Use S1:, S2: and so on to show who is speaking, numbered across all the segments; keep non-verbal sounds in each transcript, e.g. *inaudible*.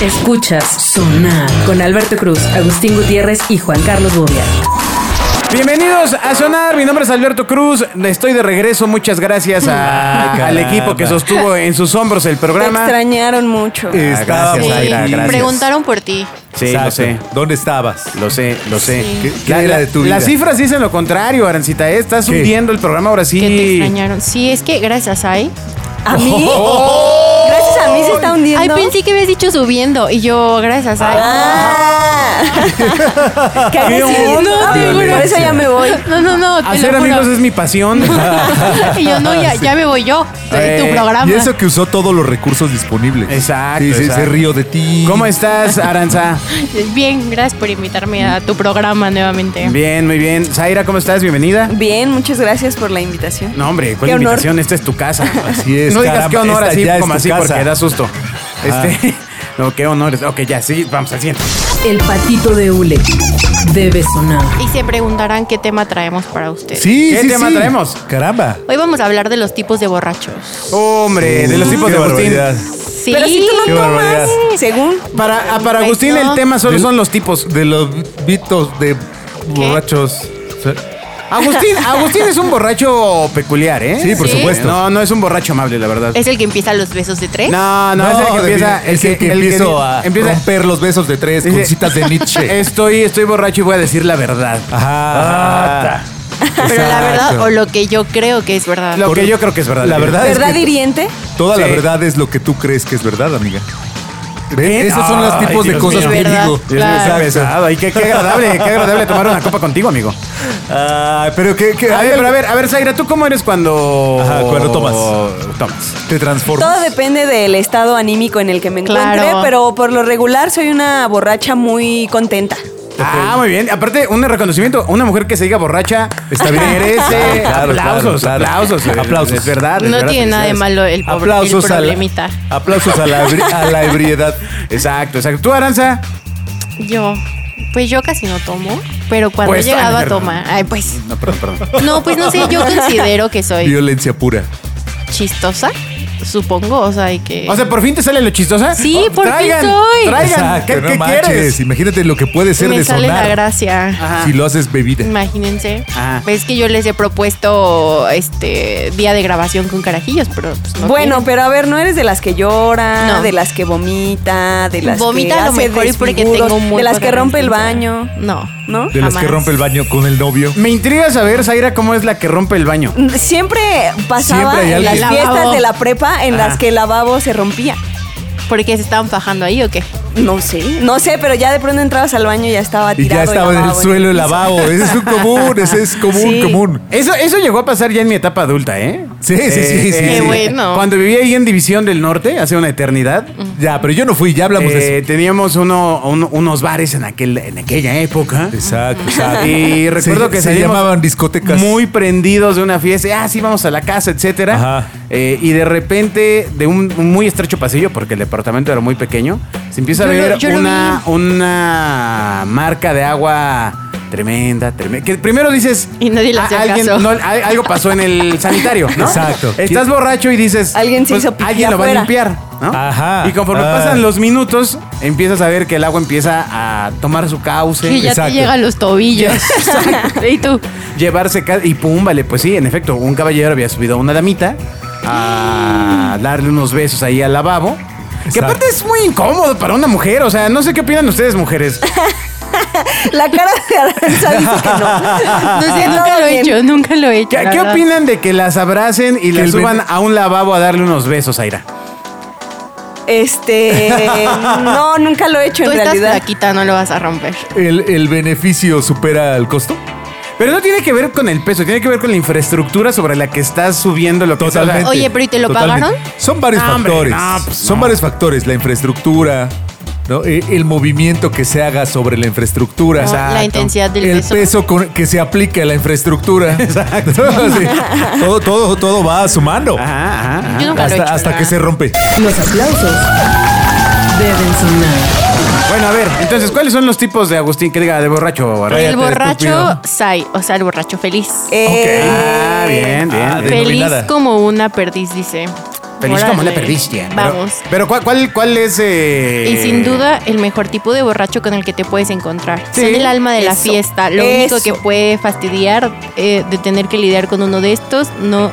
S1: Escuchas Sonar con Alberto Cruz, Agustín Gutiérrez y Juan Carlos Bobia.
S2: Bienvenidos a Sonar, mi nombre es Alberto Cruz, estoy de regreso, muchas gracias a- al equipo que sostuvo en sus hombros el
S3: Te
S2: programa.
S3: extrañaron mucho.
S2: Ah, gracias,
S4: Sí.
S2: Aira, gracias.
S4: Preguntaron por ti.
S2: Sí, lo
S5: Exacto.
S2: sé,
S5: ¿Dónde estabas?
S2: lo sé, lo sé.
S5: ¿Qué, qué era de tu vida?
S2: Las cifras dicen lo contrario, Arancita, ¿eh? estás
S5: ¿Qué?
S2: hundiendo el programa ahora
S4: Que te
S2: sí.
S4: extrañaron. Sí, es que gracias, Ay.
S3: ¿A mí?
S5: *laughs* Oh.
S4: Oh,
S3: Gracias a mí se está hundiendo.
S4: Ay, pensé que habías dicho subiendo. Y yo, gracias, Ay.
S5: *laughs*
S3: Ah. ¿Qué agresivo.
S2: onda,
S3: Ah,
S2: tío?
S3: Por eso ya me voy.
S4: No, no, no. te lo
S2: Hacer
S4: juro.
S2: amigos es *laughs* mi
S5: *laughs*
S2: pasión.
S4: *laughs* Y yo, no, ya, ya me voy yo. De
S2: Eh,
S4: tu programa.
S5: Y eso que usó todos los recursos disponibles.
S2: Exacto,
S5: Sí, sí,
S2: exacto.
S5: se río de ti.
S2: ¿Cómo estás, Aranza?
S4: Bien, gracias por invitarme a tu programa nuevamente.
S2: Bien, muy bien. Zaira, ¿cómo estás? Bienvenida.
S3: Bien, muchas gracias por la invitación.
S2: No, hombre, ¿cuál
S3: Qué honor.
S2: invitación? Esta es tu casa.
S5: Así es,
S2: No digas
S5: caramba,
S2: qué honor
S5: esta
S2: así
S5: ya es
S2: como
S5: tu
S2: así
S5: casa. Ah.
S2: porque da susto. Este, *laughs* no, qué honor. Ok, ya, sí, vamos al siguiente.
S1: El patito de Ule debe sonar.
S4: Y se preguntarán qué tema traemos para ustedes.
S5: Sí,
S2: ¿Qué
S5: sí,
S2: tema
S5: sí.
S2: traemos?
S5: Caramba.
S4: Hoy vamos a hablar de los tipos de borrachos.
S2: Hombre, Eh, de los
S5: Uh,
S2: tipos
S5: qué
S2: de Agustín.
S5: barbaridad.
S4: Sí.
S3: Pero si tú
S5: Qué
S3: no
S5: barbaridad.
S3: tomas, según.
S2: Para, ah, para Agustín el tema solo son los tipos.
S5: De los vitos de borrachos.
S2: Agustín, Agustín es un borracho peculiar, ¿eh?
S5: Sí, por
S4: ¿Sí?
S5: supuesto.
S2: No, no es un borracho amable, la verdad.
S4: ¿Es el que empieza los besos de tres?
S2: Ah, No, no, es el que
S5: de-
S2: empieza.
S5: es el que empiezo a
S2: empieza-
S5: romper los besos de tres
S2: dice,
S5: con citas
S2: *laughs*
S5: de Nietzsche.
S2: Estoy, estoy borracho y voy a decir la verdad.
S5: Ajá.
S2: Ah,
S4: Pero la verdad,
S5: Exacto.
S4: o lo que yo creo que es verdad.
S2: Lo que yo creo que es verdad.
S5: La verdad Ah, es
S3: ¿Verdad
S5: que-
S3: hiriente?
S5: Toda la
S2: Sí.
S5: verdad es lo que tú crees que es verdad, amiga.
S2: ¿Ven?
S5: ¿Ven? Esos son los
S2: Ay,
S5: tipos de
S2: Dios
S5: cosas
S4: mío.
S5: que
S4: ¿Verdad?
S5: digo.
S2: Dios mío, qué
S4: Claro.
S5: Exacto.
S2: pesado. Y qué, qué agradable, qué agradable tomar una copa contigo, amigo.
S5: Ay, pero que, que-
S2: A
S5: hay
S2: ver, Ah, pero
S5: algo-
S2: a ver, a ver, Zaira, ¿tú cómo eres cuando.
S5: Ajá, cuando tomas.
S2: Tomas.
S5: te transformas.
S3: Todo depende del estado anímico en el que me encuentre,
S4: Claro.
S3: pero por lo regular soy una borracha muy contenta.
S2: Ah, muy bien. Aparte, un reconocimiento. Una mujer que se diga borracha
S5: Está
S4: *laughs*
S5: bien.
S2: merece
S5: Claro, claro,
S2: aplausos,
S5: claro.
S2: aplausos. eh,
S5: Aplausos.
S2: Es verdad. es
S4: No
S2: verdad,
S4: tiene nada de
S2: felicidades.
S4: malo el, pobre- el
S5: aplausos a la,
S4: problemita.
S5: aplausos a la, ebri- a la ebriedad.
S2: Exacto, exacto. ¿Tú, Aranza?
S4: Yo, pues yo casi no tomo, pero cuando
S2: Pues,
S4: he llegado
S2: ay,
S4: a
S2: perdón.
S4: tomar, ay, pues.
S2: No, perdón, perdón.
S4: No, pues no sé,
S5: *laughs*
S4: yo considero que soy
S5: Violencia pura.
S4: chistosa, supongo, o sea, y que...
S2: O sea, ¿por fin te sale lo chistosa? Oh,
S4: Sí, por fin
S2: traigan,
S4: soy.
S2: Traigan, ¿qué,
S5: no
S2: qué
S5: manches.
S2: quieres?
S5: Imagínate lo que puede ser
S4: me
S5: de
S4: sale la
S5: sonar
S4: gracia.
S2: Ajá.
S5: si lo haces bebida.
S4: Imagínense.
S5: Ah.
S2: Ajá.
S4: Ves que yo les he propuesto este día de grabación con carajillos, pero pues, no
S3: Bueno, pero a ver, no eres de las que llora,
S4: No.
S3: de las que vomita, de las
S4: Vomita
S3: que
S4: a lo
S3: hace
S4: mejor y porque
S3: desfiguros,
S4: tengo muy
S3: de las que
S4: poca
S3: rompe el
S4: resistencia.
S3: baño,
S4: No.
S3: ¿no?
S5: De las
S4: jamás.
S5: que rompe el baño con el novio.
S2: Me intriga saber, Zaira, cómo es la que rompe el baño.
S3: Siempre pasaba
S5: Siempre hay Ah.
S3: en las
S4: alguien.
S3: fiestas
S4: Lavabo.
S3: de la prepa en
S2: Ajá.
S3: las que el lavabo se rompía.
S4: Porque se estaban fajando ahí o qué?
S3: No sé. No sé, pero ya de pronto entrabas al baño y ya estaba
S5: Y
S3: tirado.
S5: ya estaba en el
S3: lavabo
S5: suelo el
S4: ¿eh?
S3: piso.
S5: lavabo. Ese es un común, ese es común,
S3: Sí.
S5: común.
S2: Eso, eso llegó a pasar ya en mi etapa adulta, ¿eh?
S5: Sí, sí, sí, sí,
S4: Qué sí. bueno.
S2: Cuando vivía ahí en División del Norte, hace una eternidad,
S4: Mm.
S5: Ya, pero yo no fui, ya hablamos de
S2: eh,
S5: eso.
S2: teníamos uno- un- unos bares en, aquel, en aquella época.
S4: *laughs*
S5: Exacto,
S2: *laughs*
S5: exacto.
S2: Y
S5: Se-
S2: recuerdo que
S5: se
S2: salimos
S5: llamaban discotecas.
S2: Muy prendidos de una fiesta. Ah, sí, vamos a la casa, etcétera.
S5: Ajá.
S2: Eh, y de repente, de un, un muy estrecho pasillo, porque el departamento era muy pequeño, se empieza a
S4: Yo lo-
S2: ver
S4: yo lo
S2: una, una marca de agua tremenda, tremenda. Que primero dices.
S4: Y nadie le
S2: "Ah,
S4: hacía
S2: alguien-
S4: caso".
S2: no, al- algo pasó en
S4: *laughs*
S2: el sanitario, ¿no?
S5: Exacto.
S2: Estás borracho y dices. pues,
S3: Alguien se hizo pipí
S2: Alguien lo va a
S3: afuera".
S2: limpiar, ¿no?
S5: Ajá.
S2: Y conforme
S5: Ah.
S2: pasan los minutos, empiezas a ver que el agua empieza a tomar su cauce.
S4: que *laughs* ya
S5: exacto.
S4: te llega a los
S5: *laughs*
S4: tobillos. *laughs* y tú,
S2: llevarse ca- y pum, vale, pues sí, en efecto, un caballero había subido a una damita a darle unos besos ahí al lavabo. Que
S5: Exacto.
S2: aparte es muy incómodo para una mujer, o sea, no sé qué opinan ustedes, mujeres.
S3: La cara de Aranza dice que no.
S5: *laughs*
S4: no *laughs* sé,
S3: Todo
S4: nunca lo he
S3: bien.
S4: hecho, nunca lo he hecho.
S2: ¿Qué,
S4: la
S2: qué
S4: verdad.
S2: opinan de que las abracen y las
S5: el
S2: suban
S5: ven-
S2: a un lavabo a darle unos besos, Aira?
S3: Este. No, nunca lo he hecho
S4: Tú
S3: en
S4: estás
S3: realidad.
S4: flaquita, no lo vas a romper.
S5: ¿El, el beneficio supera el costo?
S2: Pero no tiene que ver con el peso, tiene que ver con la infraestructura sobre la que estás subiendo lo que estás-
S5: Totalmente.
S4: Oye, pero ¿y te lo pagaron?
S5: Son varios
S2: No, hombre,
S5: factores.
S2: no, pues,
S5: Son
S2: no.
S5: varios factores. La infraestructura, ¿no? E- el movimiento que se haga sobre la infraestructura.
S4: No, la intensidad del
S5: el
S4: beso.
S5: peso con- que se aplique a la infraestructura. Exacto. *laughs*
S4: *laughs*
S5: todo, todo, todo va sumando.
S2: Ajá, ajá.
S4: Yo nunca lo he
S5: Hasta,
S4: hecho.
S5: hasta
S4: la
S5: que se
S4: verdad.
S5: rompe.
S1: Los aplausos deben sonar.
S2: Bueno, a ver, entonces, ¿cuáles son los tipos de Agustín que diga de borracho? Aira?
S5: Cállate,
S4: El borracho
S5: estúpido.
S4: sai, o sea, el borracho feliz.
S3: Eh,
S2: Ah, bien, bien.
S5: Ah,
S2: bien.
S5: de-
S4: Feliz
S5: denominada.
S4: como una perdiz, dice.
S2: Feliz como una
S4: Órale.
S2: perdición.
S4: Vamos.
S2: Pero, pero ¿cuál, cuál, cuál es...? eh,
S4: Y sin duda el mejor tipo de borracho con el que te puedes encontrar.
S2: Sí.
S4: Son el alma de la
S3: Eso,
S4: fiesta. Lo único
S3: eso.
S4: que puede fastidiar eh, de tener que lidiar con uno de estos no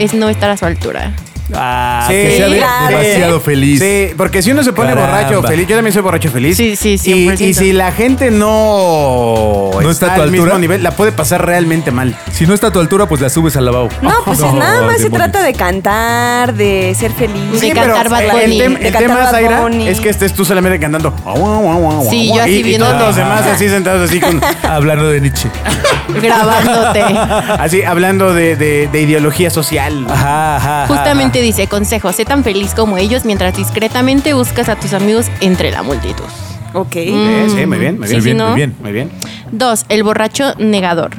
S4: es no estar a su altura.
S5: Ah,
S2: Sí,
S5: que sea de-
S3: claro.
S5: demasiado feliz.
S2: Sí, porque si uno se pone
S5: Caramba.
S2: borracho feliz, yo también soy borracho feliz.
S4: Sí, sí,
S2: Y,
S4: 100%.
S2: y si la gente no,
S5: ¿No está a tu
S2: al mismo
S5: altura?
S2: nivel, la puede pasar realmente mal.
S5: Si no está a tu altura, pues la subes al lavabo. *laughs*
S3: No, pues
S5: No,
S3: nada más se
S5: demonios.
S3: trata de cantar, de ser feliz.
S4: Sí, cantar Bad
S2: eh, el
S4: Bunny.
S2: tem-
S3: De
S2: el
S3: cantar
S2: tema,
S3: Bad
S2: Zaira,
S3: Bunny.
S2: es que estés tú solamente cantando. "Au, au, au, au,
S4: Sí,
S2: au",
S4: yo
S2: y-
S4: así
S2: y,
S4: viendo-
S2: todos los demás así sentados así con- *laughs*
S5: Hablando de Nietzsche.
S4: Grabándote.
S2: Así hablando de, de- de ideología social.
S5: Ajá, ajá, ajá.
S4: Justamente dice, consejo, sé tan feliz como ellos mientras discretamente buscas a tus amigos entre la multitud.
S3: Ok.
S5: Mm.
S2: Sí, sí, muy bien, muy
S4: Sí,
S2: bien.
S4: sí, ¿no?
S2: muy bien, muy bien.
S4: Dos, el borracho negador.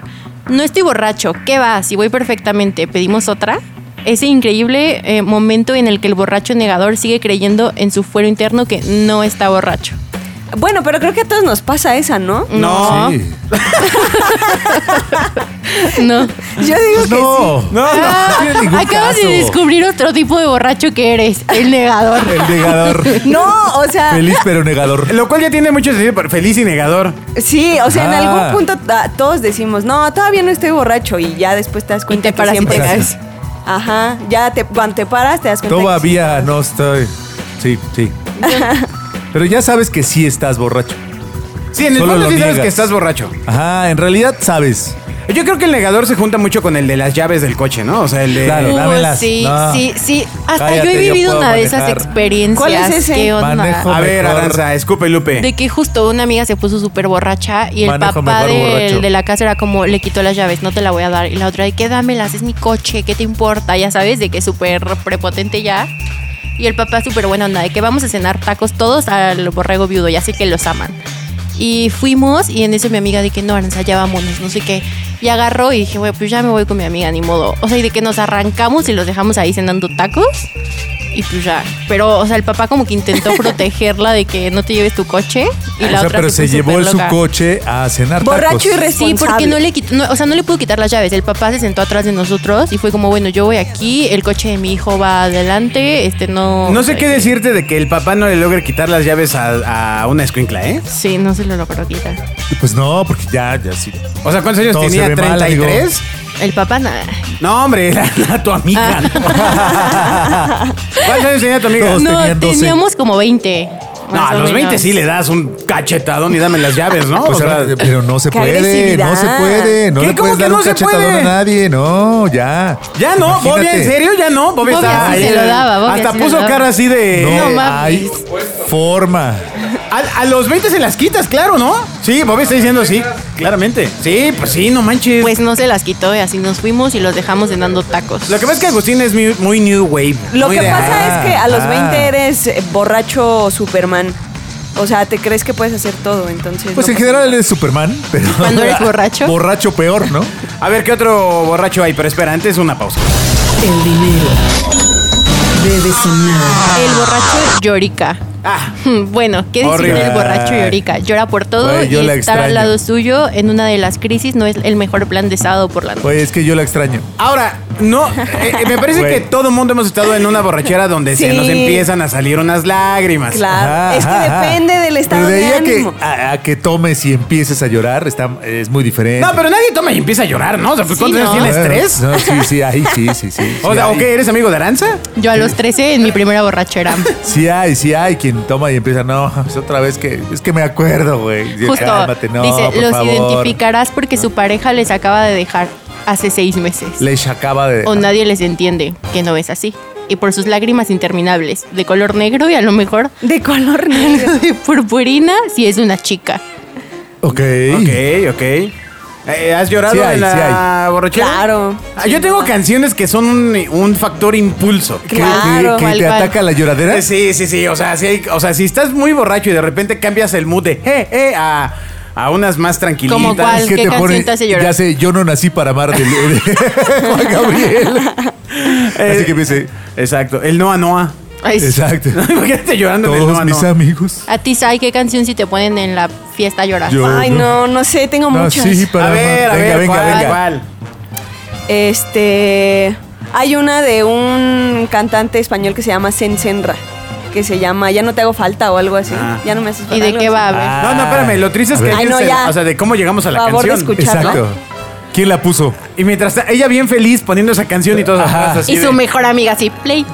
S4: No estoy borracho, ¿qué va? Si voy perfectamente, ¿pedimos otra? Ese increíble eh, momento en el que el borracho negador sigue creyendo en su fuero interno que no está borracho.
S3: Bueno, pero creo que a todos nos pasa esa, ¿no? Ah.
S4: No.
S5: Sí.
S4: *laughs* No. Ah,
S3: Yo digo
S5: Pues
S3: que sí.
S5: No, no, no. no tiene ningún
S4: Acabas
S5: caso.
S4: de descubrir otro tipo de borracho que eres, el negador.
S5: El
S3: *laughs*
S5: negador.
S3: No, o sea,
S5: Feliz pero negador.
S2: Lo cual ya tiene mucho sentido, pero feliz y negador.
S3: sí, o sea, en
S5: Ah.
S3: algún punto ta- todos decimos, no, todavía no estoy borracho y ya después te das cuenta
S4: te
S3: que
S4: paras y
S3: siempre
S4: te
S5: caes.
S3: Ajá, ya te, cuando te paras te das cuenta. que
S5: Todavía no estoy. Sí,
S3: *laughs*
S5: sí. Pero ya sabes que sí estás borracho.
S2: Sí, en el
S5: Solo
S2: fondo
S5: lo
S2: sí sabes
S5: niegas.
S2: que estás borracho.
S5: Ajá, en realidad sabes.
S2: Yo creo que el negador se junta mucho con el de las llaves del coche, ¿no? O sea, el de...
S5: Claro. Pero
S4: Uh,
S5: dámelas.
S4: sí,
S5: No.
S4: sí, sí. Hasta yo he
S5: Cállate, yo
S4: vivido
S5: puedo
S4: una de esas
S5: manejar.
S4: experiencias.
S3: ¿Cuál es ese?
S4: ¿Qué onda?
S5: Manejo.
S2: A ver,
S5: Mejor.
S2: Aranza, escupe y Lupe.
S4: De que justo una amiga se puso súper borracha y el
S5: Manejo
S4: papá
S5: mejor
S4: del-
S5: borracho.
S4: de la casa era como, le quitó las llaves, no te la voy a dar. Y la otra, de que dámelas, es mi coche, ¿qué te importa? Ya sabes, de que súper prepotente ya. Y el papá súper buena onda, de que vamos a cenar tacos todos al borrego viudo, ya sé que los aman. Y fuimos y en eso mi amiga de que no, Aranza, ya vámonos, no sé qué. Y agarró y dije, güey, pues ya me voy con mi amiga, ni modo. O sea, y de que nos arrancamos y los dejamos ahí cenando tacos. Y pues ya. Pero, o sea, el papá como
S5: *laughs*
S4: que intentó protegerla de que no te lleves tu coche. Y
S5: Ah,
S4: la
S5: o sea,
S4: otra
S5: pero se
S4: puso
S5: llevó
S4: súper
S5: su
S4: loca.
S5: coche a cenar
S3: Borracho y
S5: tacos.
S4: Sí, porque no le quitó, no, o sea, no le pudo quitar las llaves. El papá se sentó atrás de nosotros y fue como, bueno, yo voy aquí, el coche de mi hijo va adelante, este no.
S2: No sé qué decirte de que el papá no le logre quitar las llaves a, a una escuincla, ¿eh?
S4: Sí, no se lo logró quitar.
S5: Pues no, porque ya, ya sí.
S2: O sea, ¿cuántos años
S5: No, se
S2: tenía?
S5: ve mal, amigo.
S2: ¿33?
S4: El papá nada.
S2: no, hombre, *laughs* era la- tu amiga.
S4: *laughs*
S2: ¿no? ¿Cuántos años tenía tu amiga?
S5: Dos. Todos
S4: No,
S5: tenían 12.
S4: teníamos como 20.
S2: No,
S4: más
S2: a
S4: o
S2: los 20
S4: menos.
S2: sí le das un cachetadón y dame las llaves, ¿no?
S5: Pues
S2: O sea,
S5: ahora- pero no se
S3: qué
S5: puede, no se
S3: agresividad.
S5: puede. No
S2: ¿Qué?
S5: le
S2: ¿Cómo
S5: puedes
S2: que
S5: dar
S2: no
S5: un
S2: se
S5: cachetadón
S2: puede?
S5: a nadie, no, ya.
S2: ya no, Bobby,
S5: Imagínate.
S2: ¿en serio? Ya no, Bobby
S4: Bobby
S2: está.
S4: así se
S2: ahí,
S4: lo daba, Bobby
S2: Hasta
S4: así
S2: puso
S4: lo daba.
S2: cara así de.
S5: No,
S4: No mames.
S5: hay forma.
S2: A, a los 20 se las quitas, claro, ¿no? Sí, Bobby está diciendo sí, claramente. Sí, pues sí, no manches.
S4: Pues no se las quitó y así nos fuimos y los dejamos cenando tacos.
S2: Lo que pasa es que Agustín es muy, muy new wave.
S3: Lo
S2: muy
S3: que
S2: de-
S3: pasa es que a los
S5: ah.
S3: 20 eres eh, borracho Superman. O sea, te crees que puedes hacer todo, entonces.
S5: Pues
S3: no
S5: en
S3: pasa
S5: general
S3: nada.
S5: eres Superman, pero.
S4: Cuando eres borracho.
S5: *laughs* Borracho peor, ¿no?
S2: A ver, ¿qué otro borracho hay? Pero espera, antes una pausa.
S1: El dinero debe sonar.
S4: El borracho llorica. *laughs*
S2: Ah.
S4: Hmm, Bueno, ¿qué decir
S2: Horrible.
S4: del borracho llorica? Llora por todo
S5: Güey, yo
S4: y
S5: la
S4: estar
S5: extraño.
S4: al lado suyo en una de las crisis no es el mejor plan de sábado por la noche.
S5: Oye, Pues es que yo la extraño.
S2: Ahora, no, eh, eh, me parece
S5: Güey.
S2: que todo mundo hemos estado en una borrachera donde se
S3: Sí.
S2: nos empiezan a salir unas lágrimas.
S3: Claro.
S5: Ajá,
S3: es que
S5: ajá,
S3: depende
S5: ajá.
S3: del estado
S5: Pero de
S3: de
S5: ahí a
S3: ánimo.
S5: Que, a, a que tomes y empieces a llorar está, es muy diferente.
S2: No, pero nadie toma y empieza a llorar, ¿no? O sea, pues,
S4: Sí,
S2: ¿cuántos años
S4: ¿no?
S2: tienes?
S5: Bueno,
S2: ¿Tres?
S5: No, sí, sí, ahí sí, sí, sí.
S2: *laughs* O
S5: sí
S2: sea,
S5: hay.
S2: ok, ¿eres amigo de Aranza?
S4: Yo a los 13 en mi
S5: *laughs*
S4: primera borrachera.
S5: Sí hay, sí hay quien toma y empieza, no, es otra vez que, es que me acuerdo, güey. Y
S4: Justo
S5: cálmate, no,
S4: dice,
S5: por
S4: los
S5: favor".
S4: identificarás porque su pareja les acaba de dejar hace seis meses.
S5: Les acaba de...
S4: o nadie les entiende que no es así. Y por sus lágrimas interminables, de color negro y a lo mejor
S3: De color negro.
S4: algo de purpurina si es una chica.
S5: Ok.
S2: Ok, ok. Eh, ¿Has llorado
S5: Sí hay,
S2: en
S5: sí
S2: la
S5: hay.
S2: borrachera?
S3: Claro.
S2: Ah, Yo tengo canciones que son un, un factor impulso.
S5: ¿Que,
S3: Claro,
S5: que- que
S4: ¿cuál,
S5: te
S4: cuál?
S5: ataca la lloradera?
S2: Eh, Sí, sí, sí. O sea, sí hay- o sea, si estás muy borracho y de repente cambias el mood de eh, eh, a, a unas más tranquilitas.
S4: ¿Cómo cuál?
S5: ¿Qué
S4: ¿Qué
S5: te
S4: canción
S5: pone?
S4: te hace llorar?
S5: Ya sé, yo no nací para amar de, de *laughs* Juan Gabriel.
S4: Eh,
S5: Así que me dice,
S2: Eh, Exacto. El Noa Noa.
S4: Ay, sí.
S5: exacto.
S2: *laughs* Imagínate llorando en el
S5: Todos
S2: Noa
S5: mis
S2: Noa.
S5: amigos.
S4: A ti, Sai, ¿qué canción si te ponen en la fiesta a llorar?
S5: Yo-
S3: Ay, no, no sé, tengo
S5: No,
S3: muchas.
S5: sí, para
S2: A ver, a
S5: amar.
S2: ver,
S5: venga, venga,
S2: ¿cuál,
S5: venga.
S2: cuál?
S3: Este. Hay una de un cantante español que se llama Sen Senra, que se llama Ya no te hago falta o algo así.
S2: Ah.
S3: Ya no me haces falta.
S4: ¿Y de
S3: algo
S4: qué
S3: así.
S4: va a ver?
S2: No, no, espérame, lo triste es que
S3: Ah. Ay,
S2: él
S3: no,
S2: se-
S3: ya.
S2: o sea, de cómo llegamos a la
S3: Favor de
S2: canción.
S3: escucharla.
S5: Exacto. ¿Quién la puso?
S2: Y mientras ta- ella bien feliz poniendo esa canción y todo.
S5: Ajá.
S4: Y su mejor amiga así, play.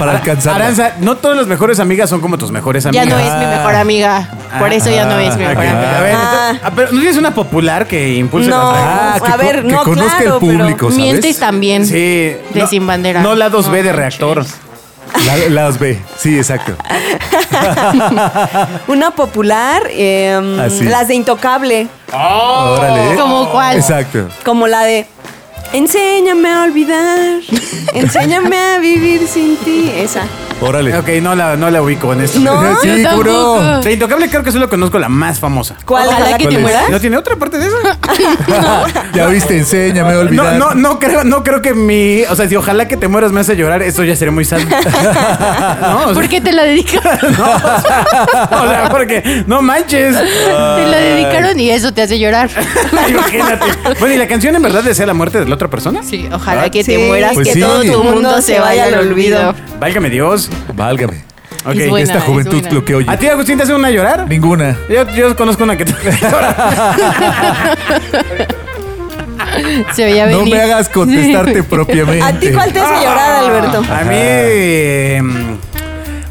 S5: Para alcanzar.
S2: Ah, Aranza, no todas las mejores amigas son como tus mejores
S4: Ya
S2: amigas.
S4: no es mi mejor amiga. Por eso ya no es mi
S2: Ah,
S4: mejor
S2: que-
S4: amiga.
S2: a ver,
S3: Ah.
S2: entonces- ah, pero ¿no tienes una popular que impulse
S3: No.
S2: las reglas?
S5: Ah, que,
S3: A ver,
S5: co-
S3: no,
S5: que conozca
S3: claro,
S5: el público, ¿sabes?
S4: Mientes este también.
S2: Sí.
S4: De
S2: No,
S4: sin bandera.
S2: No la 2B de
S4: No,
S2: reactor.
S5: La- las ve. Sí, exacto.
S3: Una popular, eh,
S5: Ah, sí.
S3: las de Intocable,
S5: Órale.
S4: Oh, ¿Cómo cuál?
S5: ¿eh? Exacto.
S3: como la de Enséñame a olvidar, enséñame a vivir sin ti. Esa.
S5: Órale.
S2: Ok, no la, no la ubico en esto.
S3: No.
S5: *laughs* Sí,
S4: Yo
S5: ¿cómo no?
S4: tampoco.
S2: *laughs* De Intocable creo que solo conozco la más famosa.
S3: ¿Cuál?
S4: Ojalá que
S5: ¿Cuál
S4: te
S5: es?
S4: mueras.
S2: ¿No tiene otra parte de
S4: *laughs*
S2: esa?
S5: ya viste, enséñame a
S2: No,
S5: olvidar.
S2: no, no creo, no creo que mi. O sea, si ojalá que te mueras me hace llorar, eso ya sería muy *laughs* sad. no, o sea,
S4: ¿Por qué te la dedicaron?
S2: o sea, porque no manches.
S4: *laughs* Te
S5: Ah,
S4: la dedicaron y eso te hace llorar.
S2: *laughs* Imagínate. Bueno, ¿y la canción en verdad desea la muerte de la otra persona?
S4: *laughs* Sí, ojalá que te
S3: Sí.
S4: mueras,
S5: Pues
S4: que
S5: sí.
S4: todo tu mundo se vaya al olvido.
S2: Válgame Dios.
S5: Válgame.
S2: Ok. Este,
S4: Es buena,
S5: Esta
S4: es
S5: juventud
S4: buena.
S5: lo que oye.
S2: ¿A ti, Agustín, te hace una llorar?
S5: Ninguna.
S2: Yo, yo conozco una que te
S5: *laughs*
S4: Se veía venir.
S5: No me hagas
S4: *laughs*
S5: contestarte propiamente.
S3: ¿A ti cuál te hace
S5: Ah.
S3: llorar, Alberto?
S2: A mí. eh,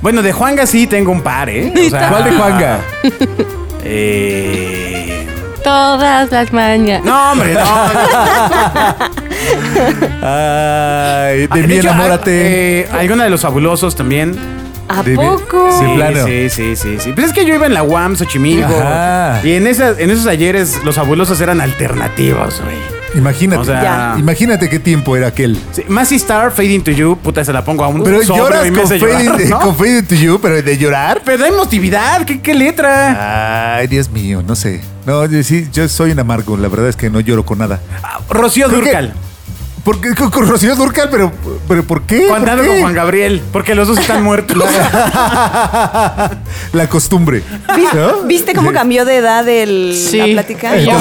S2: bueno, de Juanga sí tengo un par, ¿eh? O sea,
S5: ¿Cuál de Juanga?
S2: Eh,
S4: Todas las mañanas.
S2: no, hombre, no.
S5: *laughs* Ay, de
S2: Ah,
S5: mí
S2: hecho,
S5: enamórate.
S2: ah, eh, alguna de los fabulosos también.
S3: ¿A
S5: De-
S3: poco?
S5: Sí.
S2: Sí,
S5: plano.
S2: sí, sí, sí, sí. Pues es que yo iba en la UAM, Xochimilco.
S5: Ajá.
S2: Y en, esas, en esos ayeres los fabulosos eran alternativos, güey.
S5: Imagínate.
S2: O sea,
S3: Ya.
S5: Imagínate qué tiempo era aquel.
S2: Sí, Massey Star, Fade Into You, puta, se la pongo a un
S5: Pero
S2: sobrio
S5: lloras
S2: y me
S5: con
S2: hace
S5: Fade,
S2: llorar,
S5: in-
S2: ¿no?
S5: con Fade into You, pero de llorar.
S2: Pero da emotividad, ¿qué, qué letra?
S5: Ay, Dios mío, no sé. No, yo sí, yo soy un amargo. La verdad es que no lloro con nada.
S2: Ah, Rocío
S5: Creo que-
S2: Durcal.
S5: ¿Por qué? Con, con Rocío Durcal, pero, pero ¿por qué? ¿Por
S2: Cantando
S5: qué?
S2: con Juan Gabriel, porque los dos están muertos.
S5: *laughs*
S2: *laughs*
S5: La costumbre.
S3: Vi-
S5: ¿no?
S3: ¿Viste cómo cambió de edad el,
S4: Sí.
S3: la plática?
S5: Eh,
S4: Ya.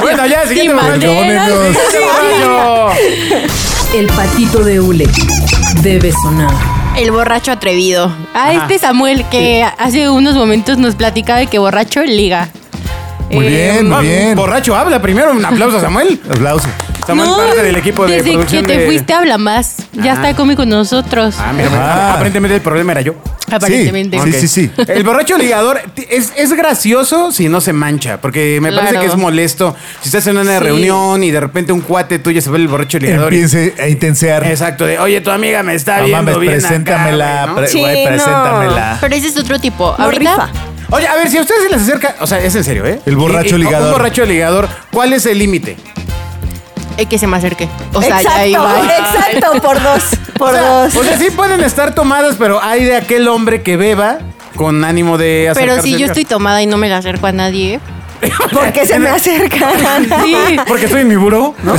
S2: bueno, ya, siguiente.
S4: Sí,
S2: momento.
S5: Perdónenos.
S1: El patito de hule debe sonar.
S4: El borracho atrevido. Ah, este Samuel que hace unos momentos nos platicaba de que borracho liga.
S5: Muy bien,
S2: Ah,
S5: muy bien.
S2: Borracho habla primero, un aplauso a Samuel.
S5: Aplauso.
S2: Samuel parte del equipo de
S4: desde
S2: producción
S4: que te
S2: de-
S4: fuiste habla más. Ya
S2: Ah.
S4: está cómico con nosotros.
S2: Ah, mira,
S5: Ah.
S2: aparentemente el problema era yo.
S4: aparentemente.
S5: Sí,
S2: Ok.
S5: sí, sí.
S2: El borracho ligador t- es, es gracioso si no se mancha, porque me parece
S4: Claro.
S2: que es molesto. Si estás en una
S4: Sí.
S2: reunión y de repente un cuate tuyo se ve el borracho ligador. y-
S5: Empiece a intensear.
S2: exacto, de oye, tu amiga me está
S5: No
S2: viendo
S5: mames,
S2: bien. acá,
S5: preséntamela.
S2: güey", ¿no?
S5: pre-
S3: Sí,
S5: güey,
S3: no.
S5: preséntamela.
S4: Pero ese es otro tipo.
S3: No
S4: Ahorita
S3: rifa.
S2: Oye, a ver, si a ustedes se les acerca, o sea, es en serio, ¿eh?
S5: El borracho ligador.
S2: Un borracho ligador, ¿cuál es el límite?
S4: eh, que se me acerque. O sea,
S3: exacto,
S4: ya iba.
S3: exacto, por dos, por
S2: O sea,
S3: dos.
S2: o sea, sí pueden estar tomadas, pero hay de aquel hombre que beba con ánimo de acercarse.
S4: Pero si
S2: al-
S4: yo estoy tomada y no me la acerco a nadie. *laughs*
S3: *laughs* porque se me acercan.
S4: Sí,
S2: Porque estoy en mi buró, ¿no?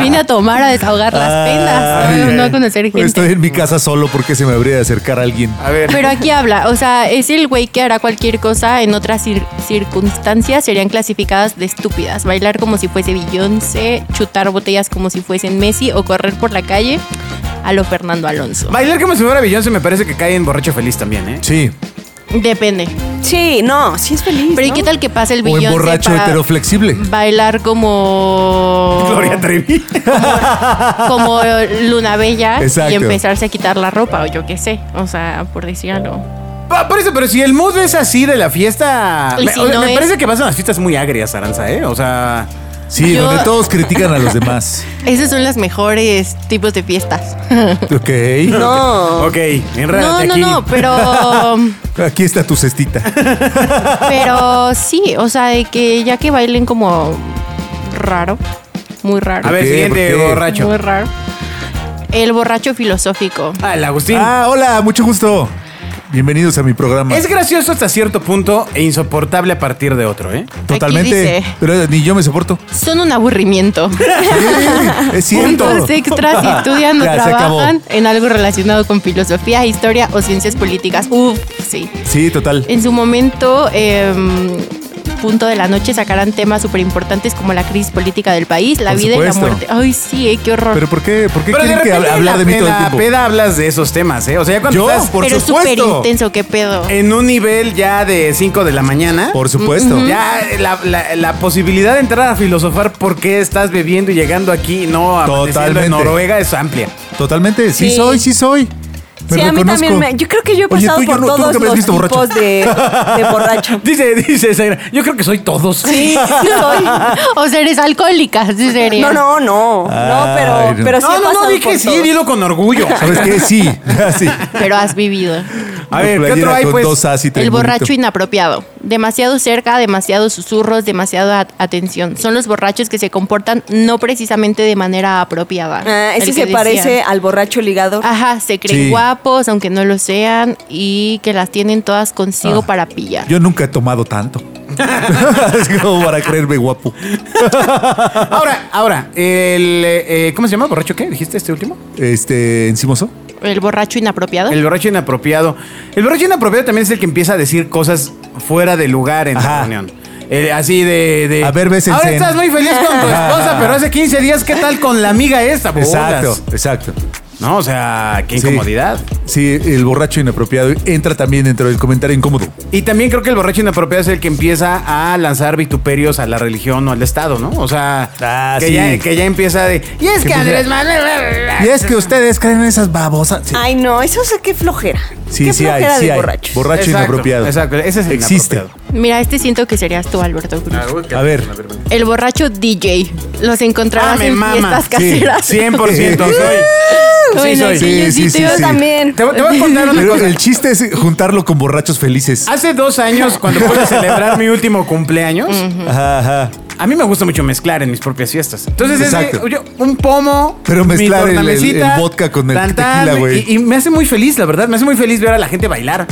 S4: vine a tomar a desahogar las penas, no,
S5: Ay,
S4: no a conocer gente.
S5: Ah, Estoy en mi casa solo porque se me habría de acercar alguien.
S2: A ver.
S4: Pero aquí habla, o sea, es el güey que hará cualquier cosa en otras cir- circunstancias serían clasificadas de estúpidas. Bailar como si fuese Beyoncé, chutar botellas como si fuesen Messi o correr por la calle a lo Fernando Alonso.
S2: Bailar como si fuera Beyoncé me parece que cae en borracho feliz también, ¿eh?
S5: Sí.
S4: Depende.
S3: Sí, no, sí es feliz.
S4: Pero ¿y
S3: ¿no?
S4: qué tal que pase el
S5: O en
S4: Beyoncé
S5: borracho
S4: para
S5: heteroflexible.
S4: Bailar como
S2: Gloria Trevi.
S4: como Luna Bella
S5: Exacto.
S4: y empezarse a quitar la ropa o yo qué sé, o sea, por decir algo.
S2: Ah, Por eso, pero si el mood es así de la fiesta.
S4: Y
S2: Me,
S4: si
S2: o sea,
S4: no
S2: me
S4: es-
S2: parece que vas a las fiestas muy agrias, Aranza, ¿eh? O sea.
S5: Sí,
S4: Yo-
S5: donde todos critican a los
S4: *laughs*
S5: demás.
S4: Esos son los mejores tipos de fiestas.
S5: Ok.
S3: No.
S2: Ok,
S4: No,
S2: enrádate
S4: no,
S2: aquí.
S4: no, pero *laughs*
S5: Aquí está tu cestita.
S4: Pero sí, o sea, de que ya que bailen como raro, muy raro.
S2: A ver,
S5: ¿Por qué?
S2: siguiente
S5: ¿Por qué?
S2: borracho.
S4: Muy raro. El borracho filosófico.
S2: Ah, el Agustín.
S5: Ah, hola, mucho gusto. Bienvenidos a mi programa.
S2: Es gracioso hasta cierto punto e insoportable a partir de otro, ¿eh?
S5: Totalmente.
S4: dice.
S5: Pero ni yo me soporto.
S4: Son un aburrimiento.
S5: Sí,
S4: *laughs*
S5: es cierto.
S4: Puntos extras si estudian
S5: *laughs*
S4: o
S5: Ya, se
S4: trabajan
S5: acabó.
S4: en algo relacionado con filosofía, historia o ciencias políticas. Uf, sí.
S5: Sí, total.
S4: En su momento, em, punto de la noche sacarán temas súper importantes como la crisis política del país, la
S5: Por
S4: vida y la
S5: supuesto.
S4: muerte. Ay, sí, eh, qué horror.
S5: Pero ¿por qué, por qué
S2: Pero de
S5: quieren que
S2: repente
S5: hab-
S2: en
S5: hablar
S2: la
S5: de mí todo el
S2: peda-
S5: tiempo?
S2: peda hablas de esos temas, ¿eh? O sea, ya cuando
S5: ¿Yo?
S2: estás
S5: por
S4: Pero súper
S5: supuesto.
S4: intenso, qué pedo.
S2: en un nivel ya de 5 de la mañana.
S5: Por supuesto.
S2: Ya la, la- la posibilidad de entrar a filosofar por qué estás bebiendo y llegando aquí y no amaneciendo
S5: Totalmente.
S2: en Noruega es amplia.
S5: Totalmente. Sí,
S4: Sí.
S5: soy, sí soy. Me
S3: sí, a mí
S5: reconozco.
S3: también me. Yo creo que yo he
S5: Oye, tú
S3: pasado
S5: y yo
S3: por
S5: no- tú
S3: todos
S5: nunca me has
S3: los
S5: visto borracho.
S3: tipos de, de borracho.
S2: *laughs* Dice, dice, Zaira, yo creo que soy todos.
S3: Sí, sí soy.
S4: o sea, eres alcohólica, sí sería.
S3: *laughs* No, no, no. No,
S5: Ay,
S3: pero,
S5: no.
S3: pero sí
S2: No,
S3: he
S2: no, no,
S3: pasado
S2: dije
S3: por
S2: sí,
S3: todos.
S2: dilo con
S3: *laughs*
S2: orgullo.
S5: ¿Sabes qué? Sí. Así.
S4: Pero has vivido.
S2: A
S5: Una
S2: ver, ¿qué otro
S5: playera
S2: hay,
S5: con
S2: pues?
S5: dos as y
S4: El
S5: triangulito.
S4: borracho inapropiado. Demasiado cerca, demasiados susurros, demasiada at- atención. Son los borrachos que se comportan no precisamente de manera apropiada.
S3: Ah, ese
S4: El
S3: se
S4: que decía.
S3: parece al borracho ligado.
S4: Ajá, se creen
S5: Sí.
S4: guapos, aunque no lo sean, y que las tienen todas consigo
S5: Ah.
S4: para pillar.
S5: Yo nunca he tomado
S3: *laughs*
S5: tanto. es como para creerme guapo.
S2: Ahora, ahora, el, eh, eh, ¿cómo se llama? ¿Borracho qué? ¿Dijiste este último?
S5: Este, encimoso.
S4: El borracho
S3: ¿Ah?
S4: inapropiado.
S2: El borracho inapropiado. El borracho inapropiado también es el que empieza a decir cosas fuera de lugar en la
S5: Ajá.
S2: reunión. Eh, así de, de-
S5: A ver, bésense.
S2: Ahora estás muy feliz con tu esposa, pero hace 15 días, ¿qué tal con la amiga esta? Bolas.
S5: Exacto, exacto.
S2: No, o sea, qué
S5: Sí.
S2: incomodidad.
S5: Sí, el borracho inapropiado entra también dentro del comentario incómodo.
S2: Y también creo que el borracho inapropiado es el que empieza a lanzar vituperios a la religión o al Estado, ¿no? O sea,
S5: Ah,
S2: que,
S5: sí.
S2: ya, que ya empieza de. Y es
S5: Que
S2: que
S5: empieza-
S2: Andrés Manuel. bla, bla, bla".
S5: Y es que ustedes creen en esas babosas. Sí,
S3: Ay, no, eso, o sea, qué flojera.
S5: sí,
S3: qué
S5: sí hay,
S3: flojera
S5: sí
S3: de
S5: hay.
S3: borrachos.
S5: Borracho
S2: Exacto,
S5: inapropiado.
S2: Exacto, ese es el
S5: Existe.
S2: inapropiado.
S4: Mira, este siento que serías tú, Alberto Cruz.
S5: A ver,
S4: El borracho DJ. Los
S2: Ah,
S4: encontrarás
S2: me
S4: en
S2: mama.
S4: fiestas caseras.
S2: 100% soy. Sí,
S4: Bueno,
S2: soy.
S4: sí, yo
S5: Sí,
S4: sí,
S5: sí,
S4: te-
S5: sí,
S3: Yo
S5: sí.
S3: también.
S2: Te, voy- te
S3: *laughs*
S2: voy a contar
S5: *laughs*
S2: una
S5: pero
S2: cosa.
S5: el chiste es juntarlo con borrachos felices.
S2: *laughs* Hace dos años, cuando pude celebrar mi último cumpleaños,
S5: Ajá, ajá.
S2: a mí me gusta mucho mezclar en mis propias fiestas. Entonces, es de,
S5: Exacto.
S2: oye, un pomo,
S5: Pero mezclar el- el-
S2: cortamesita,
S5: el vodka con el tequila, güey.
S2: Y, y me hace muy feliz, la verdad. Me hace muy feliz ver a la gente bailar.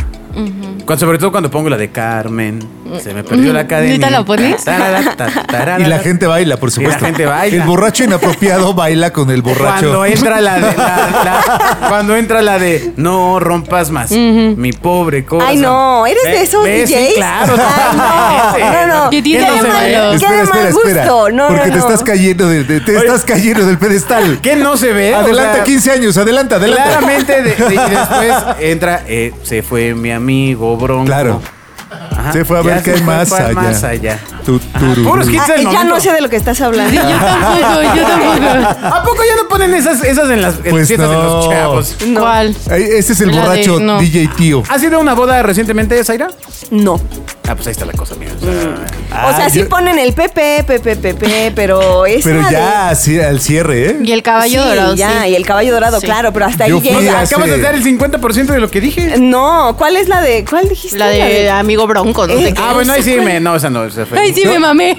S2: Cuando- sobre todo cuando pongo la de Carmen. Se me
S3: Mm,
S2: perdió la
S4: Ujú.
S2: cadena.
S4: ¿Neta la pones?
S2: Tarara, ta, tarara.
S5: Y la gente baila, por
S2: Y la
S5: supuesto.
S2: gente baila.
S5: El
S2: *laughs*
S5: borracho inapropiado baila con el borracho.
S2: Cuando entra la
S5: *laughs*
S2: de. la- la- cuando entra la de. No rompas más. Mi pobre corazón.
S3: Ay, no, ¿eres de
S2: Ve-
S3: esos
S2: ve, sí,
S3: DJs?
S2: claro.
S3: Ay, no, no, no.
S4: Que tiene
S2: ¿Quién
S4: de
S2: se ve?
S4: malo?
S3: Qué de mal gusto. No,
S5: porque
S3: no,
S5: te
S3: no.
S5: estás cayendo de- de- te
S2: Oye.
S5: estás cayendo del pedestal.
S2: *laughs* ¿Qué no se ve? O
S5: Adelanta
S2: sea,
S5: 15 años, adelanta, adelanta.
S2: Claramente, de-
S5: *laughs*
S2: de- y después entra, eh, se fue mi amigo Bronco.
S5: Claro.
S2: Ajá,
S5: Se fue a
S2: ya
S5: ver qué
S2: se
S5: hay
S2: fue
S5: más
S2: para
S5: allá.
S2: más
S5: *laughs*
S2: allá.
S5: Tu- tururú.
S2: puros hits.
S3: Ah,
S2: del
S3: ya
S2: momento.
S3: no sé de lo que estás hablando.
S4: Yo tampoco, yo tampoco.
S2: ¿A poco ya *laughs* no ponen esas, esas en las en
S5: Pues
S2: fiestas de los
S5: no.
S2: chavos?
S3: No.
S4: ¿Cuál?
S5: Ay, Ese es el
S4: La de-
S5: borracho
S4: no.
S5: DJ tío.
S2: ¿Has ido a una boda recientemente, Zaira?
S3: No.
S2: Ah, pues ahí está la cosa, mira. O sea,
S3: o sea,
S5: Ah,
S3: sí
S5: yo-
S3: ponen el Pepe, Pepe, Pepe, pero esa
S5: Pero
S3: de-
S5: ya así, al cierre, ¿eh?
S4: Y el caballo
S3: Sí,
S4: dorado.
S3: Ya,
S4: sí.
S3: y el caballo dorado,
S4: Sí.
S3: claro, pero hasta ahí
S5: Yo fui
S3: llega.
S5: a-
S2: Acabas de dar el 50% de lo que dije.
S3: No, ¿cuál es la de. ¿Cuál dijiste?
S4: La de amigo bronco, no
S3: Eh,
S4: sé qué.
S2: Ah, bueno, ahí sí me. No, esa no, esa fue.
S4: Ay, sí, me mamé.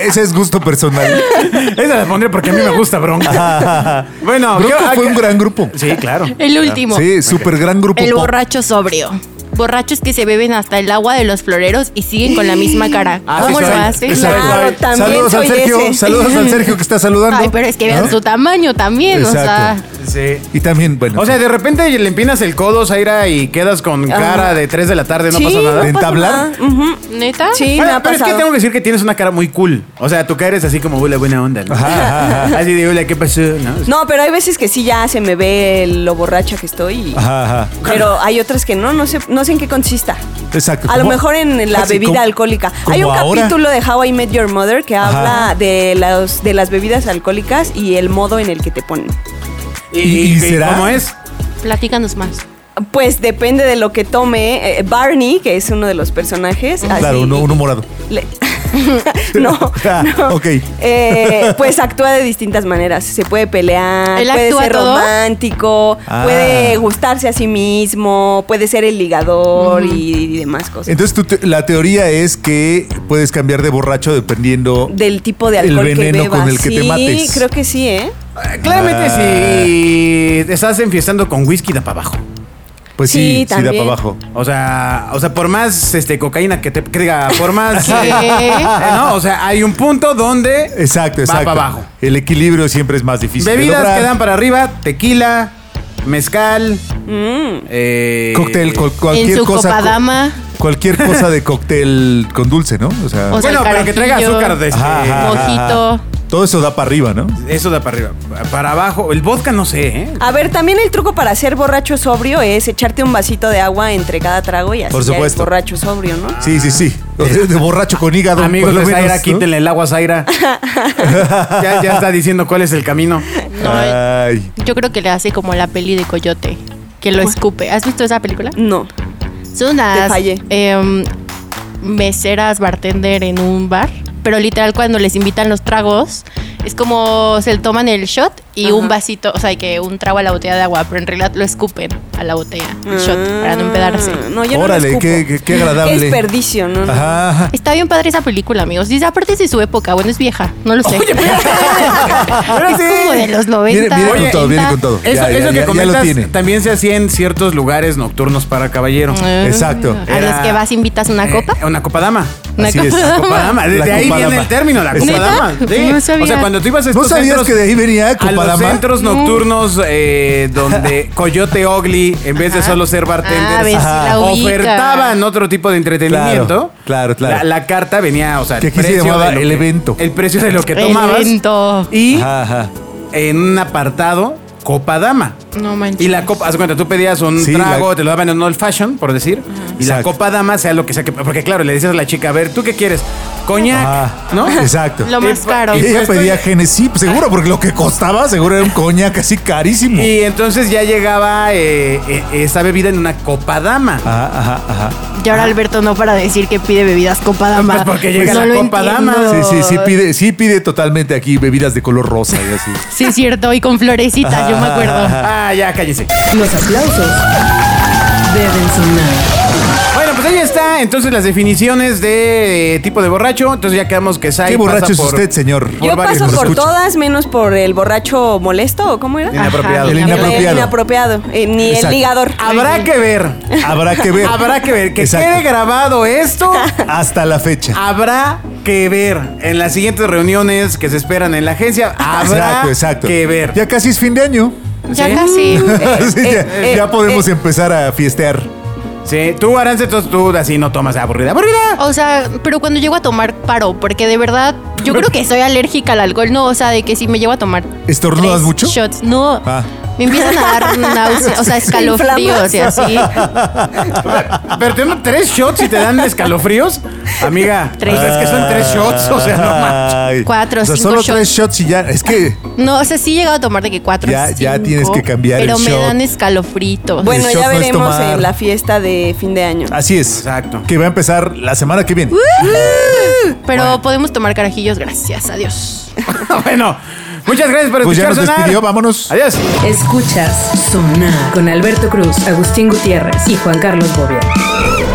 S5: Ese es gusto
S3: *laughs*
S5: personal.
S2: *laughs*
S5: Ah,
S2: Esa la pondré porque a mí me gusta Bronca. bueno,
S5: Bronco
S2: ¿qué-
S5: fue
S2: ah,
S5: un
S2: qué-
S5: gran grupo.
S2: Sí, claro.
S4: El último.
S5: Sí, súper gran grupo.
S4: El
S5: pop.
S4: borracho sobrio. Borrachos que se beben hasta el agua de los floreros y siguen con la misma cara.
S2: Ah,
S4: ¿Cómo
S2: sí,
S4: lo
S2: soy.
S4: hacen?
S5: Exacto.
S3: Claro, también
S5: saludos al
S3: soy
S5: Sergio,
S3: ese.
S5: saludos al Sergio que está saludando.
S4: Ay, pero es que vean
S5: ¿No?
S4: su tamaño también, o sea.
S5: Exacto.
S2: Sí.
S5: Y también, bueno,
S2: O sea, de repente le empinas el codo, Zaira, y quedas con cara de 3 de la tarde, no
S3: Sí,
S2: pasa nada.
S5: ¿de
S3: no pasa
S5: entablar?
S3: nada. Ujú.
S4: ¿Neta?
S3: Sí, me
S2: Bueno,
S3: ha
S2: pero es que
S3: pasado.
S2: tengo que decir que tienes una cara muy cool. O sea, tu cara es así como hola, buena onda, ¿no? Así de hola, ¿qué pasó? ¿No?
S3: No, pero hay veces que sí ya se me ve lo borracha que estoy. y-
S5: ajá, ajá.
S3: Pero hay otras que no, no sé, no sé en qué consista.
S5: Exacto.
S3: A lo
S5: como-
S3: mejor en la
S5: Así
S3: bebida
S5: como-
S3: alcohólica.
S5: como
S3: Hay un
S5: ahora.
S3: capítulo de How I Met Your Mother que
S5: Ajá.
S3: habla de las, de las bebidas alcohólicas y el modo en el que te ponen.
S2: ¿Y,
S5: ¿Y- y será?
S2: cómo es?
S4: Platícanos más.
S3: Pues depende de lo que tome eh, Barney, que es uno de los personajes.
S5: Claro,
S3: así-
S5: uno, uno morado. *laughs*
S3: le- *laughs* no,
S5: Ah,
S3: no.
S5: ok. *laughs*
S3: Eh, pues actúa de distintas maneras. Se puede pelear,
S4: ¿Él
S3: puede
S4: actúa
S3: ser
S4: todo?
S3: romántico,
S5: Ah.
S3: puede gustarse a sí mismo, puede ser el ligador y, y demás cosas.
S5: Entonces, tu te- la teoría es que puedes cambiar de borracho dependiendo
S3: Del tipo de
S5: el
S3: alcohol que
S5: veneno
S3: bebas.
S5: con el que te
S3: Sí,
S5: mates.
S3: creo que sí, ¿eh?
S2: Ah, Claramente
S5: Ah.
S2: si estás enfiestando con whisky, da para abajo.
S5: Pues
S3: Sí,
S5: sí, sí, da para
S3: también.
S5: abajo.
S2: O sea, o sea, por más este, cocaína que te que diga, por más.
S4: ¿Qué?
S2: Eh, no, o sea, hay un punto donde
S5: Exacto,
S2: va
S5: exacto.
S2: para abajo.
S5: El equilibrio siempre es más difícil. de
S2: Bebidas
S5: lograr.
S2: que dan para arriba, tequila, mezcal,
S3: Mm.
S2: eh,
S5: Cóctel, col-
S4: En
S5: cualquier
S4: su
S5: cosa.
S4: copa
S5: co-
S4: dama.
S5: Cualquier cosa de cóctel con dulce, ¿no? O sea,
S4: O sea,
S2: Bueno,
S4: el
S2: pero que traiga
S4: carajillo.
S2: azúcar de este-
S5: Ajá, ajá, ajá, ajá.
S4: mojito.
S5: Todo eso da para arriba, ¿no?
S2: Eso da para arriba. Para abajo. El vodka no sé, ¿eh?
S3: A ver, también el truco para ser borracho sobrio es echarte un vasito de agua entre cada trago y así
S5: Por
S3: ya eres
S5: supuesto.
S3: borracho sobrio, ¿no?
S5: Sí, sí, sí. O sea, de borracho con hígado.
S2: Amigos
S5: por lo
S2: de
S5: menos,
S2: Zaira,
S5: ¿no?
S2: quítenle el agua a
S5: *laughs*
S2: Zaira. ya, ya está diciendo cuál es el camino.
S4: No,
S5: Ay.
S4: Yo creo que le hace como la peli de Coyote, que lo escupe. ¿Has visto esa película?
S3: No.
S4: Son
S3: Te
S4: unas
S3: fallé.
S4: em, meseras bartender en un bar, pero literal cuando les invitan los tragos es como se toman el shot y un vasito, o sea, que un trago a la botella de agua, pero en realidad lo escupen a la botella, el shot, para no empedarse.
S3: Ah, No, yo
S5: Órale,
S3: no lo escupo.
S5: qué- qué- qué agradable.
S3: Qué desperdicio, ¿no? no.
S5: Ajá. ajá.
S4: Está bien padre esa película, amigos. Dice, aparte es de su época, bueno, es vieja, no lo sé. *laughs* es como de los 90.
S5: Viene, viene
S2: Oye,
S5: con todo, viene con todo.
S2: Eso,
S5: Ya, ya,
S2: eso que
S5: ya, ya
S2: comentas
S5: lo tiene.
S2: también se hacía en ciertos lugares nocturnos para caballero.
S4: Ah,
S5: Exacto.
S4: A
S2: Era-
S4: los que vas invitas una
S2: Eh,
S4: copa.
S2: una copa dama.
S4: Una
S5: así
S4: copa
S5: es, la
S4: dama.
S2: Copa dama. De,
S5: *laughs* La
S2: de ahí
S5: copa
S2: viene
S5: dama.
S2: el término, la copa
S4: ¿Neta?
S2: dama. Sí.
S4: No
S2: O sea,
S4: sabía.
S2: cuando tú ibas a
S5: ¿No
S2: estos
S5: sabías
S2: centros-
S5: que de ahí venía copa
S2: a los
S5: dama?
S2: centros nocturnos eh,
S4: *laughs*
S2: donde Coyote Ogly, en vez de solo ser
S4: Ah, ves,
S2: bartender,
S4: sí la ubica.
S2: ofertaban otro tipo de entretenimiento.
S5: Claro, claro, claro.
S2: La, la carta venía, o sea,
S5: Que aquí se llamaba
S2: de lo
S5: el
S2: que-
S5: evento.
S2: El precio de lo que
S4: El
S2: tomabas.
S4: evento.
S2: Y
S5: Ajá, ajá.
S2: en un apartado, copa dama.
S4: No manches.
S2: Y la copa, haz de cuenta, tú pedías un
S5: Sí,
S2: trago,
S5: la-
S2: te lo daban en un old fashion, por decir. Y la
S5: Exacto.
S2: copa dama sea lo que sea que. Porque claro, le dices a la chica, a ver, ¿tú qué quieres? Coñac,
S5: Ah,
S2: ¿no?
S5: *laughs* Exacto.
S4: Lo más caro.
S5: Y ella
S2: Estoy-
S5: pedía Genesí, pues, seguro, porque lo que costaba seguro era un coñac así carísimo.
S2: Y entonces ya llegaba eh, eh, esa bebida en una copa dama.
S5: Ajá, ajá, ajá.
S4: Y ahora Alberto no para decir que pide bebidas copa dama.
S2: Pues porque llega
S4: No
S2: la
S4: lo
S2: copa dama.
S5: Sí,
S4: entiendo.
S5: sí, sí pide, sí pide totalmente aquí bebidas de color rosa y así.
S4: Sí, es cierto, y con florecitas, yo me acuerdo.
S2: Ah, ya, cállese.
S1: Los aplausos deben sonar.
S2: Bueno, pues ahí está. Entonces las definiciones de eh, tipo de borracho. Entonces ya quedamos que Sai
S5: ¿Qué
S2: pasa
S5: borracho es
S2: por-
S5: usted, señor?
S3: Yo
S2: varios
S3: paso
S5: que nos
S3: por
S5: escuchan.
S3: todas menos por el borracho molesto, ¿o cómo era?
S2: Inapropiado.
S4: Ajá,
S5: El inapropiado.
S3: El inapropiado, eh, ni
S5: Exacto.
S3: el ligador.
S2: Habrá que ver.
S5: Habrá que ver.
S2: Habrá que ver. Que
S5: Exacto.
S2: quede grabado esto.
S5: Hasta la fecha.
S2: Habrá que ver en las siguientes reuniones que se esperan en la agencia. Habrá
S5: Exacto, exacto.
S2: que ver.
S5: Ya casi es fin de año.
S4: Ya
S2: ¿Sí?
S4: casi.
S5: *laughs* Sí, ya,
S3: eh,
S5: ya
S3: eh,
S5: podemos
S3: eh.
S5: empezar a fiestear.
S2: Sí, tú, Arance, entonces tú así no tomas aburrida. ¡Aburrida!
S4: O sea, pero cuando llego a tomar paro, porque de verdad, yo creo que soy alérgica al alcohol. No, o sea, de que si me llevo a tomar.
S5: ¿Estornudas
S4: tres
S5: mucho?
S4: Shots. No.
S5: Ah.
S4: Me empiezan
S5: *laughs*
S4: a dar náuseas, o sea, escalofríos y así.
S2: Pero te dan tres shots y te dan escalofríos. Amiga,
S4: Tres.
S2: pues es que son tres shots, o sea,
S5: Ah,
S2: no manches.
S5: Ay.
S4: Cuatro,
S5: O sea,
S4: cinco
S5: solo
S4: shots.
S5: tres shots y ya. Es que
S4: No, o sea, sí he llegado a tomar de que cuatro.
S5: Ya- ya
S4: cinco,
S5: tienes que cambiar el
S4: Pero me
S5: shot.
S4: dan escalofritos.
S3: Bueno,
S5: El shot
S3: ya
S5: no es
S3: veremos
S5: tomar.
S3: en la fiesta de fin de año.
S5: así es.
S2: Exacto.
S5: Que va a empezar la semana que viene.
S4: pero podemos tomar carajillos, gracias. Adiós.
S2: *laughs* bueno, muchas gracias por
S5: Pues ya
S2: escuchar
S5: nos
S2: sonar.
S5: despidió, vámonos.
S2: Adiós.
S1: Escuchas Sonar con Alberto Cruz, Agustín Gutiérrez y Juan Carlos Bobia.